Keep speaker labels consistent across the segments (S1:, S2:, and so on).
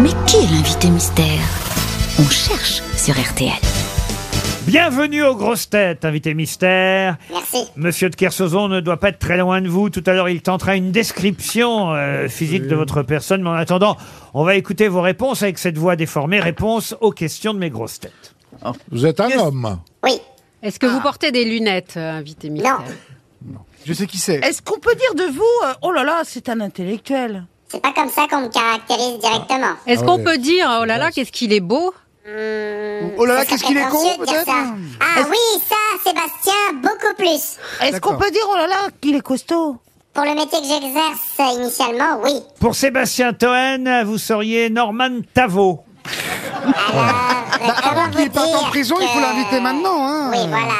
S1: Mais qui est l'invité mystère On cherche sur RTL.
S2: Bienvenue aux grosses têtes, invité mystère.
S3: Merci.
S2: Monsieur de Kersauzon ne doit pas être très loin de vous. Tout à l'heure, il tentera une description euh, physique de votre personne. Mais en attendant, on va écouter vos réponses avec cette voix déformée. Réponse aux questions de mes grosses têtes.
S4: Vous êtes un homme.
S3: Oui.
S5: Est-ce que vous
S6: Ah.
S5: portez des lunettes, euh, invité mystère
S3: Non.
S4: Je sais qui c'est.
S6: Est-ce qu'on peut dire de vous, euh, oh là là, c'est un intellectuel
S3: C'est pas comme ça qu'on me caractérise directement.
S5: Est-ce
S4: Ah
S5: qu'on
S4: ouais.
S5: peut dire, oh là là, qu'est-ce qu'il est beau
S4: Oh là là,
S3: Ça
S4: qu'est-ce
S3: serait
S4: qu'il est con,
S3: prétentieux de dire
S4: peut-être
S7: hein.
S3: ça. Ah oui, ça, Sébastien, beaucoup plus.
S6: Est-ce qu'on peut dire, oh là là, qu'il est costaud
S3: Pour le métier que j'exerce euh, initialement, oui.
S2: Pour Sébastien Toen, vous seriez Norman Tavo.
S3: Euh, comment
S7: Qu'il
S3: vous
S7: parte en
S3: dire
S7: prison, il faut
S3: que-
S7: l'inviter maintenant. Hein.
S3: Oui, voilà.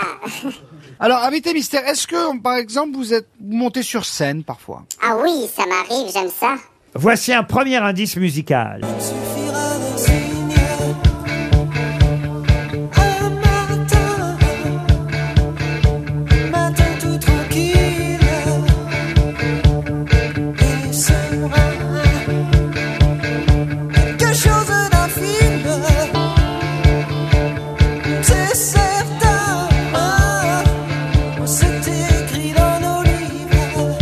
S7: Alors, invité mystère, est-ce que, par exemple, vous êtes monté sur scène parfois
S3: Ah oui, ça m'arrive, j'aime ça.
S2: Voici un premier indice musical.
S8: suffira d'un signal. Un matin, matin tout tranquille, il sera quelque chose d'un film. C'est certain, c'est écrit dans nos livres.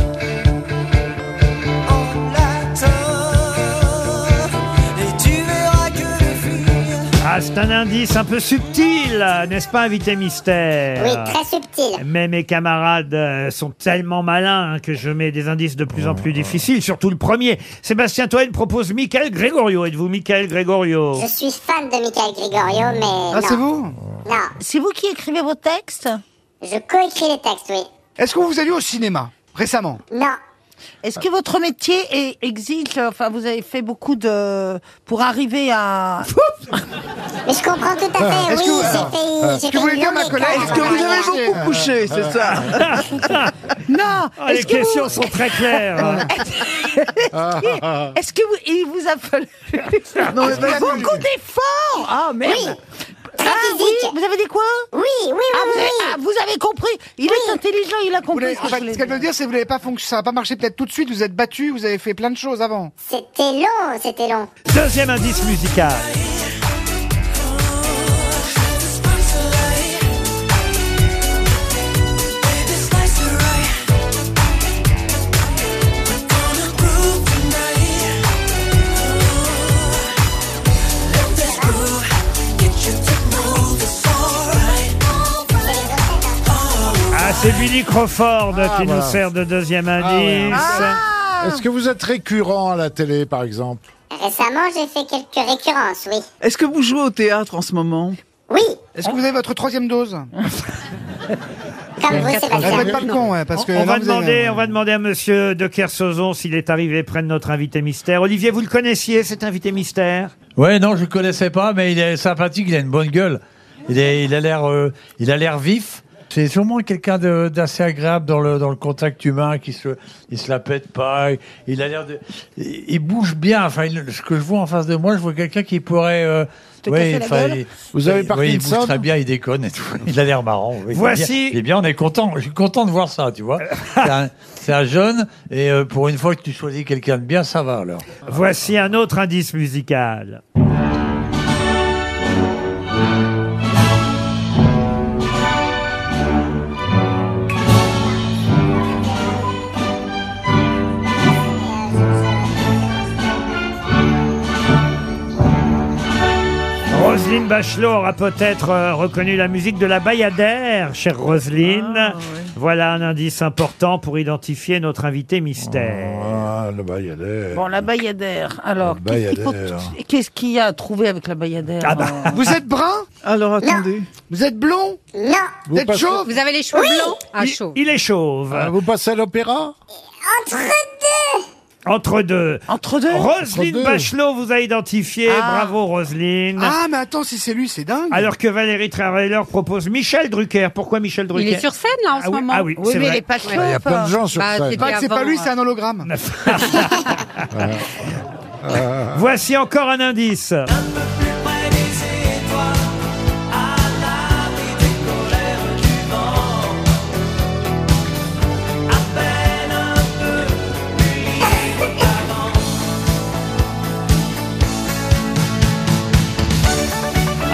S8: En latin, et tu verras que les filles
S2: Ah, c'est un indice un peu subtil, n'est-ce pas, invité mystère
S7: Ah.
S3: Oui, très subtil.
S2: Mais mes camarades euh, sont tellement malins hein, que je mets des indices de plus en plus difficiles, surtout le premier. Sébastien Toen propose Michael Gregorio. Êtes-vous Michael Gregorio
S3: Je suis fan de Michael Gregorio, mais
S7: Ah, c'est
S3: non.
S7: vous
S3: Non,
S6: C'est vous qui écrivez vos textes
S3: je coécris les textes, oui.
S7: Est-ce qu'on vous a vu au cinéma récemment
S3: Non,
S6: Est-ce que votre métier est, exige, enfin vous avez fait beaucoup de... pour arriver à...
S3: mais je comprends tout à fait.
S7: Ah. Est-ce
S3: Oui,
S7: que vous-
S3: j'ai fait, j'ai
S7: que
S3: fait
S7: voulez
S3: une
S7: dire,
S3: longue
S7: ma collègue, Ah.
S3: école
S7: est-ce que
S3: avant
S7: vous
S3: d'arriver
S7: avez
S3: là.
S7: beaucoup
S6: couché, c'est ça Non
S2: Oh, Les
S6: Est-ce que,
S2: questions
S6: vous...
S2: sont très claires. hein.
S6: est-ce que vous... il vous a fallu beaucoup d'efforts Ah merde Ah oui,
S3: physique.
S6: vous avez dit quoi
S3: Oui, oui, oui,
S6: ah, vous
S3: oui.
S6: avez, ah, vous avez compris Il est intelligent, il a
S7: Vous
S6: compris
S7: l'avez-
S6: ce
S7: en
S6: que je
S7: fait,
S6: voulais
S7: ce qu'elle
S6: dire.
S7: veut dire, c'est que vous n'avez pas fonctionné, ça n'a pas marché peut-être tout de suite, vous êtes battu, vous avez fait plein de choses avant.
S3: C'était long, c'était long.
S2: Deuxième indice musical. Ah, c'est Billy Crawford
S6: Ah,
S2: qui nous sert de deuxième indice.
S6: hein.
S4: Ah. Est-ce que vous êtes récurrent à la télé, par exemple
S3: Récemment, j'ai fait quelques récurrences, oui.
S9: Est-ce que vous jouez au théâtre en ce moment
S3: Oui,
S7: Est-ce que vous avez votre troisième dose
S3: comme vous,
S7: Elle va être
S3: Sébastien.
S7: pas le con, ouais,
S6: Ah,
S7: parce que
S2: on,
S7: là,
S2: va
S7: vous avez-
S2: demander, on va demander à monsieur de Kersauzon s'il est arrivé près de notre invité mystère. Olivier, vous le connaissiez, cet invité mystère
S10: Ouais, non, je le connaissais pas, mais il est sympathique, il a une bonne gueule. Il, est, il a l'air, euh, il a l'air vif. C'est sûrement quelqu'un de- d'assez agréable dans le, dans le contact humain, qui se, il se la pète pas. Il a l'air de, il il bouge bien. Enfin, il- ce que je vois en face de moi, je vois quelqu'un qui pourrait. euh,
S6: Te casser la gueule
S10: il-
S4: Vous avez
S10: oui, il
S4: Parkinson
S10: bouge très bien, il déconne et tout. Il a l'air marrant. oui.
S2: Voici-
S10: Eh bien, on est content. Je suis content de voir ça, tu vois. C'est un, c'est un jeune et euh, pour une fois que tu choisis quelqu'un de bien, ça va alors.
S2: Voici un autre indice musical. Roselyne Bachelot aura peut-être euh, reconnu la musique de la Bayadère, chère Roselyne. Voilà un indice important pour identifier notre invité mystère.
S4: Ah, le Bayadère.
S6: Bon, la Bayadère. Alors,
S4: La
S6: qu'est-ce qu'il faut-
S4: Bayadère.
S6: qu'est-ce qu'il y a à trouver avec la Bayadère
S2: Ah bah.
S6: euh
S7: Vous êtes brun
S9: Alors attendez.
S7: Vous êtes blond
S3: Non,
S7: Vous êtes
S4: passez-
S7: chauve
S5: Vous avez les cheveux blancs Ah,
S2: Il-
S5: chaud.
S2: Il, est chauve.
S4: Ah, vous passez à l'opéra
S3: entre deux.
S2: Entre deux.
S6: Entre deux
S2: Roselyne
S4: deux.
S2: Bachelot vous a identifié.
S6: Ah.
S2: Bravo, Roselyne.
S7: Ah, mais attends, si c'est lui, c'est dingue.
S2: Alors que Valérie Trierweiler propose Michel Drucker. Pourquoi Michel Drucker
S5: Il est sur scène, là, en
S2: Ah
S5: ce
S2: oui,
S5: moment
S2: ah oui,
S6: Oui,
S2: c'est
S6: mais il
S2: vrai.
S6: est pas
S5: Ouais,
S6: chaud.
S4: Il y a plein de gens sur
S5: Bah,
S4: scène.
S5: c'est-
S7: Pas que c'est
S5: avant,
S7: pas lui,
S5: hein.
S7: c'est un hologramme.
S2: Voici encore un indice.
S8: plus près des étoiles, à l'abri des colères du vent. À peine un peu plus libre qu'avant.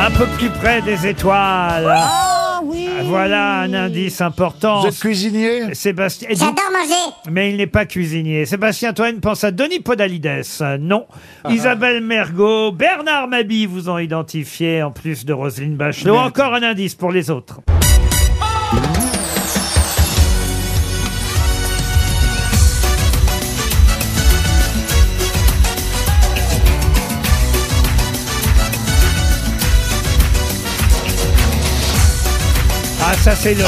S2: Un peu plus près des étoiles.
S6: Ah oui.
S2: Voilà un indice important.
S4: Vous êtes cuisinier
S2: Sébastien. Et dites-
S3: J'adore manger.
S2: Mais il n'est pas cuisinier. Sébastien Toen pense à Denis Podalides. Euh,
S7: Ah,
S2: Non. Isabelle Mergot, Bernard Mabi vous ont identifié, en plus de Roselyne Bachelot. Encore un indice pour les autres. Ah, ça c'est le...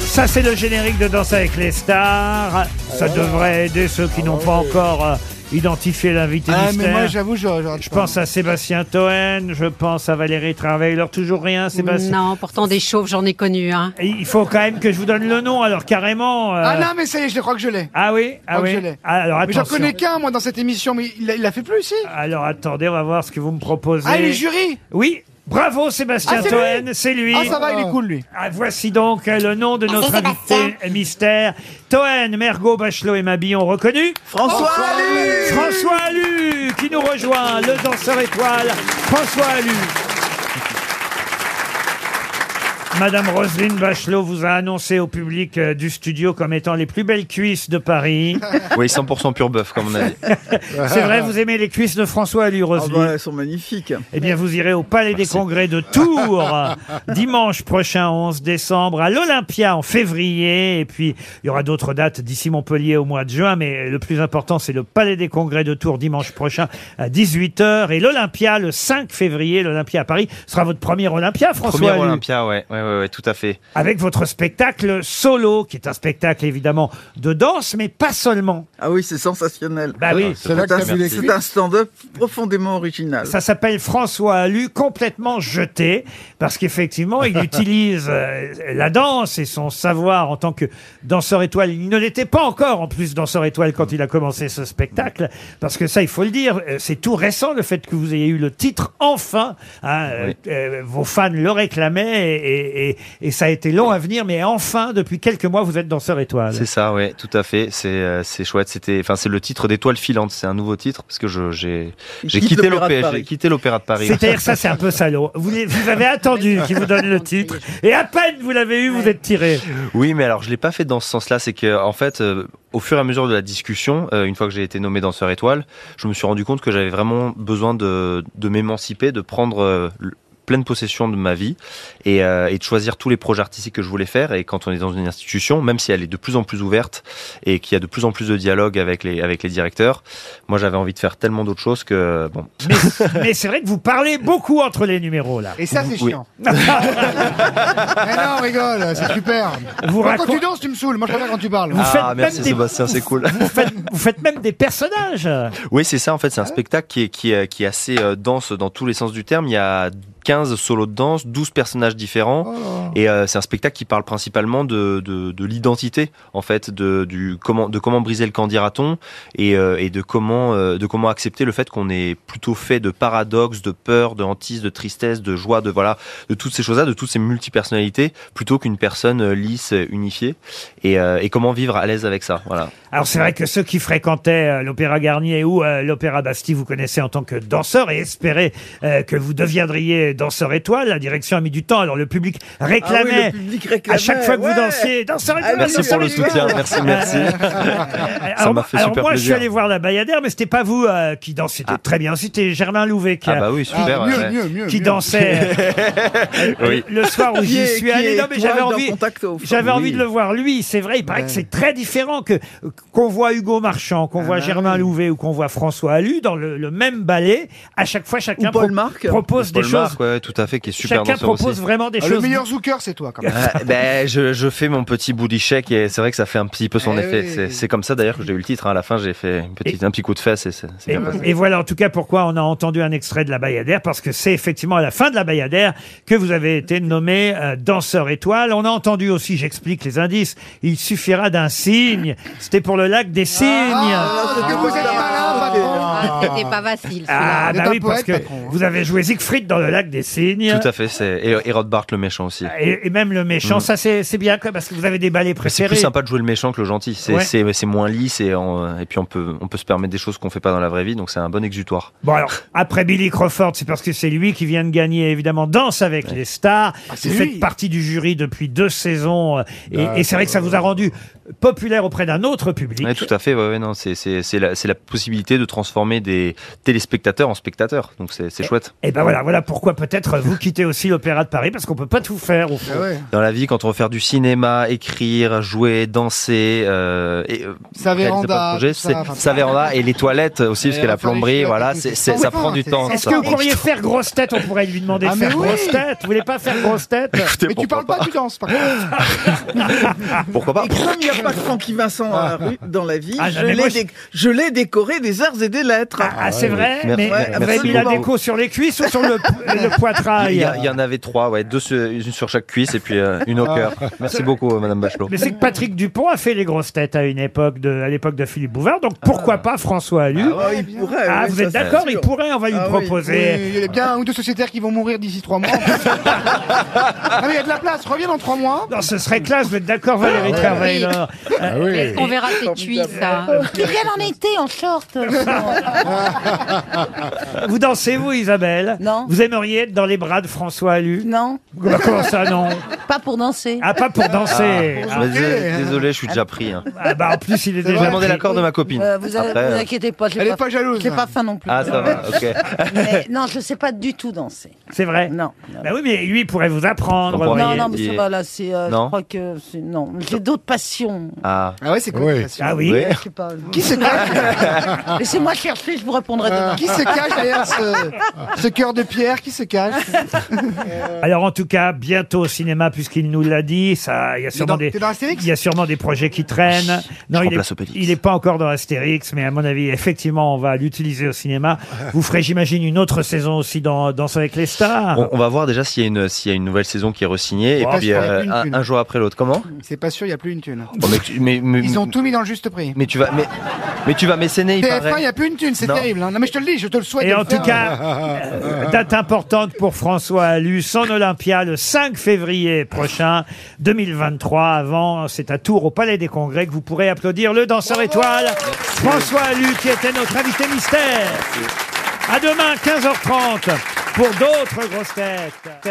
S2: Ça c'est le générique de Danse avec les stars.
S7: Ah.
S2: Ça devrait aider ceux qui n'ont pas encore euh, identifié l'invité
S7: Ah, mais
S2: mystère.
S7: moi, j'avoue, je,
S2: Je pense à Sébastien Toen, je pense à Valérie Travail, leur toujours rien, Sébastien.
S5: Non, pourtant des chauves, j'en ai connu hein. un.
S2: Et Il faut quand même que je vous donne le nom, alors carrément. euh,
S7: Ah non, mais ça y est, je crois que je l'ai.
S2: ah oui, ah
S7: crois que
S2: oui.
S7: je l'ai.
S2: Ah, Alors
S7: Mais j'en
S2: attention. Ah,
S7: connais qu'un, moi, dans cette émission, mais il l'a- il l'a fait plus aussi.
S2: Alors attendez, on va voir ce que vous me proposez.
S7: Ah, il est jury
S2: Oui, bravo Sébastien
S7: Ah, c'est
S2: Toen,
S7: lui
S2: c'est lui.
S7: Ah, ça va, il est cool, lui.
S2: Ah, voici donc euh, le nom de
S3: Ah,
S2: notre
S3: c'est
S2: invité euh, mystère. Toen, Mergot, Bachelot et Mabi ont reconnu
S9: François Allu
S2: François Alu qui nous rejoint, le danseur étoile, François Alu. Madame Roselyne Bachelot vous a annoncé au public euh, du studio comme étant les plus belles cuisses de Paris.
S11: Oui, 100% pur bœuf, comme on a dit.
S2: C'est vrai, vous aimez les cuisses de François Alu,
S9: Ah
S2: Roselyne
S9: bah, elles sont magnifiques.
S2: Eh bien, vous irez au Palais des Congrès de Tours euh, dimanche prochain, 11 décembre, à l'Olympia en février. Et puis, il y aura d'autres dates d'ici Montpellier au mois de juin. Mais le plus important, c'est le Palais des Congrès de Tours dimanche prochain à 18h. Et l'Olympia, le 5 février, l'Olympia à Paris, sera votre premier Olympia, François.
S11: Premier
S2: Allu
S11: Olympia, ouais. Ouais, ouais, ouais, tout à fait.
S2: avec votre spectacle Solo, qui est un spectacle évidemment de danse, mais pas seulement.
S9: Ah oui, c'est sensationnel.
S11: Ah
S2: Bah oui.
S4: C'est là que
S9: C'est un-
S4: t'as vu les
S9: c'est un stand-up profondément original.
S2: Ça s'appelle François Alu, complètement jeté, parce qu'effectivement, il utilise euh, la danse et son savoir en tant que danseur étoile. Il ne l'était pas encore, en plus, danseur étoile quand il a commencé ce spectacle, parce que ça, il faut le dire, euh, c'est tout récent le fait que vous ayez eu le titre enfin. hein, euh,
S11: Oui.
S2: euh, vos fans le réclamaient et, et- et ça a été long à venir, mais enfin, depuis quelques mois, vous êtes danseur étoile.
S11: C'est ça, ouais, tout à fait. C'est euh, c'est chouette. C'était, enfin, c'est le titre d'étoile filante. C'est un nouveau titre parce que je j'ai
S9: Il
S11: j'ai
S9: quitte
S11: quitté
S9: l'Opéra de
S11: l'opéra,
S9: Paris.
S11: j'ai quitté l'opéra de Paris.
S2: C'est-à-dire ça, c'est un peu salaud. Vous, les- vous avez attendu qu'il vous donne le titre, et à peine vous l'avez eu, vous êtes tiré.
S11: Oui, mais alors je l'ai pas fait dans ce sens-là. C'est que en fait, euh, au fur et à mesure de la discussion, euh, une fois que j'ai été nommé danseur étoile, je me suis rendu compte que j'avais vraiment besoin de de m'émanciper, de prendre euh, le- pleine possession de ma vie et, euh, et de choisir tous les projets artistiques que je voulais faire. Et quand on est dans une institution, même si elle est de plus en plus ouverte et qu'il y a de plus en plus de dialogue avec les avec les directeurs, moi j'avais envie de faire tellement d'autres choses que bon.
S2: Mais, mais c'est vrai que vous parlez beaucoup entre les numéros, là.
S7: Et ça, c'est
S11: Oui.
S7: chiant. mais non, on rigole, c'est super.
S2: Vous
S7: Moi,
S2: racont-
S7: quand tu danses, tu me saoules. Moi, je préfère quand tu parles.
S2: Vous faites
S11: ah, merci
S2: même des-
S11: Sébastien, c'est cool.
S2: Vous faites, vous faites même des personnages.
S11: oui, c'est ça, en fait, c'est un spectacle qui est, qui, est, qui est assez euh, dense dans tous les sens du terme. Il y a 15 solos de danse, 12 personnages différents. Et euh, c'est un spectacle qui parle principalement de, de, de l'identité, en fait, de, du, comment, de comment briser le candidaton et, euh, et de, comment, euh, de comment accepter le fait qu'on est plutôt fait de paradoxes, de peur, de hantise, de tristesse, de joie, de voilà, de toutes ces choses-là, de toutes ces multipersonnalités, plutôt qu'une personne euh, lisse, euh, unifiée. Et, euh, et comment vivre à l'aise avec ça. Voilà.
S2: Alors c'est vrai que ceux qui fréquentaient euh, l'Opéra Garnier ou euh, l'Opéra Bastille vous connaissez en tant que danseur et espéraient euh, que vous deviendriez danseur étoile. La direction a mis du temps. Alors le public
S9: Ah oui,
S2: réclamait
S9: le public réclamait,
S2: à chaque fois que
S9: ouais.
S2: vous dansiez danseur étoile.
S9: Merci
S11: Merci
S2: danseur
S11: Ah pour
S2: étoile. Euh,
S11: le soutien, merci, merci.
S2: alors,
S11: m'a fait
S2: alors
S11: super
S2: moi, je suis
S11: plaisir.
S2: allé voir la Bayadère, mais c'était pas vous euh, qui dansiez C'était
S11: Ah.
S2: très bien. C'était Germain Louvet qui,
S11: Ah
S2: a-
S11: bah oui, super.
S7: Ah, mieux,
S11: ouais.
S7: mieux, mieux,
S2: qui
S7: mieux.
S2: dansait euh,
S11: Oui.
S2: le soir où
S9: Qui
S2: j'y
S9: est-
S2: suis
S9: qui
S2: allé.
S9: est
S2: Non, mais
S9: étoile
S2: j'avais
S9: dans
S2: envie,
S9: Contact au fond.
S2: j'avais envie
S9: Oui.
S2: de le voir lui. C'est vrai, il paraît que c'est très différent que qu'on voit Hugo Marchand,
S9: Ah
S2: qu'on
S9: bah
S2: voit Germain Louvet ou qu'on voit François Allu dans le, le même ballet. À chaque fois, chacun
S9: Ou Paul
S2: pro-
S9: Marc.
S2: propose
S11: Paul
S2: des
S11: Marc,
S2: choses.
S11: ouais, tout à fait, qui est super
S2: chacun
S11: danseur
S2: propose
S11: aussi.
S2: vraiment des
S7: Ah, le
S2: choses.
S7: meilleur zooker, c'est toi, quand même.
S11: Euh, ben, je, je fais mon petit booty shake et c'est vrai que ça fait un petit peu son
S7: Eh
S11: effet.
S7: oui.
S11: C'est- C'est comme ça d'ailleurs que j'ai eu le titre. hein. À la fin, j'ai fait une petite, un petit coup de fesse et c'est
S9: Ah,
S11: c'est
S2: Et,
S11: bien passé.
S2: et voilà en tout cas pourquoi on a entendu un extrait de la Bayadère, parce que c'est effectivement à la fin de la Bayadère que vous avez été nommé euh, danseur étoile. On a entendu aussi, j'explique les indices, il suffira d'un signe. C'était pour le lac des signes.
S7: Ah, que vous êtes malin, patron.
S5: Ah, C'était pas facile. celui-là.
S2: Ah,
S7: Vous
S2: bah
S7: êtes un
S2: oui, parce
S7: poète,
S2: que
S7: patron, hein.
S2: vous avez joué Siegfried dans le lac des signes.
S11: Tout à fait, c'est et, et Rothbard le méchant aussi.
S2: Et, et même le méchant,
S11: Mm.
S2: ça c'est c'est bien quoi, parce que vous avez des ballets
S11: Mais C'est
S2: préférés.
S11: plus sympa de jouer le méchant que le gentil. C'est
S2: Ouais.
S11: c'est- c'est moins lisse et, en- et puis on peut, on peut se permettre des choses qu'on fait pas dans la vraie vie, donc c'est un bon exutoire.
S2: Bon alors, après Billy Crawford, c'est parce que c'est lui qui vient de gagner évidemment Danse avec les stars.
S7: Ah,
S11: c'est
S2: vous faites
S11: lui.
S2: partie du jury depuis deux saisons euh, et, et c'est vrai que ça vous a rendu populaire auprès d'un autre public.
S11: Bah, Ouais, tout à fait, ouais, ouais, non, c'est c'est- c'est la, c'est la possibilité de transformer des téléspectateurs en spectateurs, donc c'est c'est chouette.
S2: Et ben voilà, voilà pourquoi peut-être vous quittez aussi l'Opéra de Paris parce qu'on peut pas tout faire au fond.
S7: Ah
S11: Dans la vie, quand on veut faire du cinéma, écrire, jouer, danser, euh, et, euh,
S7: Saveranda,
S11: réaliser plein de projets,
S7: tout ça,
S11: c'est-
S7: enfin,
S11: Saveranda et les toilettes aussi,
S7: Et
S11: parce que la
S7: faire les
S11: plomberie,
S7: chiottes,
S11: voilà,
S7: tout,
S11: c'est
S7: tout.
S11: c'est-
S7: Ah
S11: ça
S7: ouais,
S11: prend du
S7: c'est-
S11: temps.
S2: Est-ce
S11: ça.
S2: que vous pourriez faire grosse tête On pourrait lui demander
S7: Ah,
S2: de
S7: mais
S2: faire
S7: oui.
S2: grosse tête. Vous voulez pas faire grosse tête
S11: Écoutez,
S7: Mais tu parles
S11: pourquoi
S7: pas
S11: pas.
S7: du danse, par contre.
S11: Pourquoi pas
S9: Et comme il n'y a pas que Francky Vincent dans la rue- dans la vie,
S2: Ah,
S9: je
S2: mais moi,
S9: l'ai
S2: je-
S9: dé- je l'ai décoré des arts et des lettres.
S2: Ah, c'est vrai
S11: Merci-
S2: Mais
S11: merci
S2: vous avez mis la
S11: beaucoup.
S2: déco sur les cuisses ou sur le, le
S11: Il y,
S2: poitrail
S11: a- il y en avait trois, ouais, deux sur- une sur chaque cuisse et puis euh, une au cœur. Merci beaucoup, euh, Madame Bachelot.
S2: Mais c'est que Patrick Dupont a fait les grosses têtes à une époque de, à l'époque de Philippe Bouvard, donc pourquoi pas François Allu
S9: Ah ouais, il pourrait,
S2: Ah,
S9: oui,
S2: vous
S9: ça,
S2: êtes
S9: c'est
S2: d'accord Il
S9: sûr.
S2: pourrait, on va lui
S9: Ah oui,
S2: proposer.
S7: Oui, il y a bien un ou deux sociétaires qui vont mourir d'ici trois mois. non, mais il y a de la place, reviens dans trois mois.
S2: Non, ce serait classe, vous êtes d'accord, Valérie
S5: Ah oui.
S2: Trierweiler
S4: Ah oui.
S5: On verra tes cuisses, ça.
S6: Qu'ils viennent en été, en short. euh,
S2: Vous dansez, vous, Isabelle
S6: Non.
S2: Vous aimeriez être dans les bras de François Allu
S6: non,
S2: Bah, Comment ça, non
S6: pas pour danser.
S2: Ah, pas pour danser
S11: Ah,
S2: Ah,
S11: mais dés- désolé, je suis déjà pris. hein.
S2: ah, bah, en plus, il est
S11: J'ai
S2: déjà
S11: demandé
S2: pris.
S11: l'accord de ma copine.
S6: Euh, vous, a-
S11: Après,
S6: vous
S11: euh,
S6: inquiétez pas, je
S7: Elle
S6: n'ai
S7: est pas jalouse.
S6: pas faim non plus.
S11: Ah, ça va, ok.
S6: Mais non, je sais pas du tout danser.
S2: C'est vrai
S6: Non.
S2: Bah oui, mais lui il pourrait vous apprendre.
S11: On pourrait-
S2: voyez.
S6: Non,
S11: il-
S6: non, mais ça
S11: il-
S6: va, là, c'est. euh,
S11: Non.
S6: je crois que. c'est- Non, j'ai d'autres passions.
S11: Ah.
S7: Ah ouais, c'est quoi
S4: Oui.
S7: cette passion
S2: Ah oui.
S11: Oui.
S6: Je sais pas.
S7: Qui Ah. se cache,
S6: Laissez-moi chercher, je vous répondrai demain.
S7: qui se cache derrière ce, ce cœur de pierre Qui se cache Euh.
S2: Alors en tout cas, bientôt au cinéma puisqu'il nous l'a dit, ça il y a sûrement
S7: dans-
S2: des
S7: t'es dans Astérix
S2: il y a sûrement des projets qui traînent. Non, il
S11: remplace
S2: est,
S11: Obélix.
S2: il est pas encore dans Astérix, mais à mon avis, effectivement, on va l'utiliser au cinéma. Vous ferez, j'imagine, une autre saison aussi dans Danse avec les stars.
S11: On, on va voir déjà s'il y, a une- s'il y a une nouvelle saison qui est resignée et
S7: Oh,
S11: puis
S7: c'est
S11: euh,
S7: une
S11: un,
S7: thune.
S11: un jour après l'autre. Comment
S7: C'est pas sûr, il n'y a plus une thune.
S11: Oh, mais, tu- mais- mais-
S7: Ils ont tout mis dans le juste prix.
S11: mais tu vas mais, mais tu vas mécéner, il
S7: TF1, il n'y
S11: paraît.
S7: a plus une thune, c'est
S11: Non.
S7: terrible. hein. Non, mais je te le dis, je te le souhaite.
S2: Et
S7: de le
S2: en tout
S7: faire.
S2: cas, euh, date importante pour François Allu, son Olympia, le 5 février prochain 2023. Avant, c'est à Tours, au Palais des Congrès, que vous pourrez applaudir le danseur étoile, François Allu, qui était notre invité mystère. À demain, 15h30, pour d'autres grosses têtes.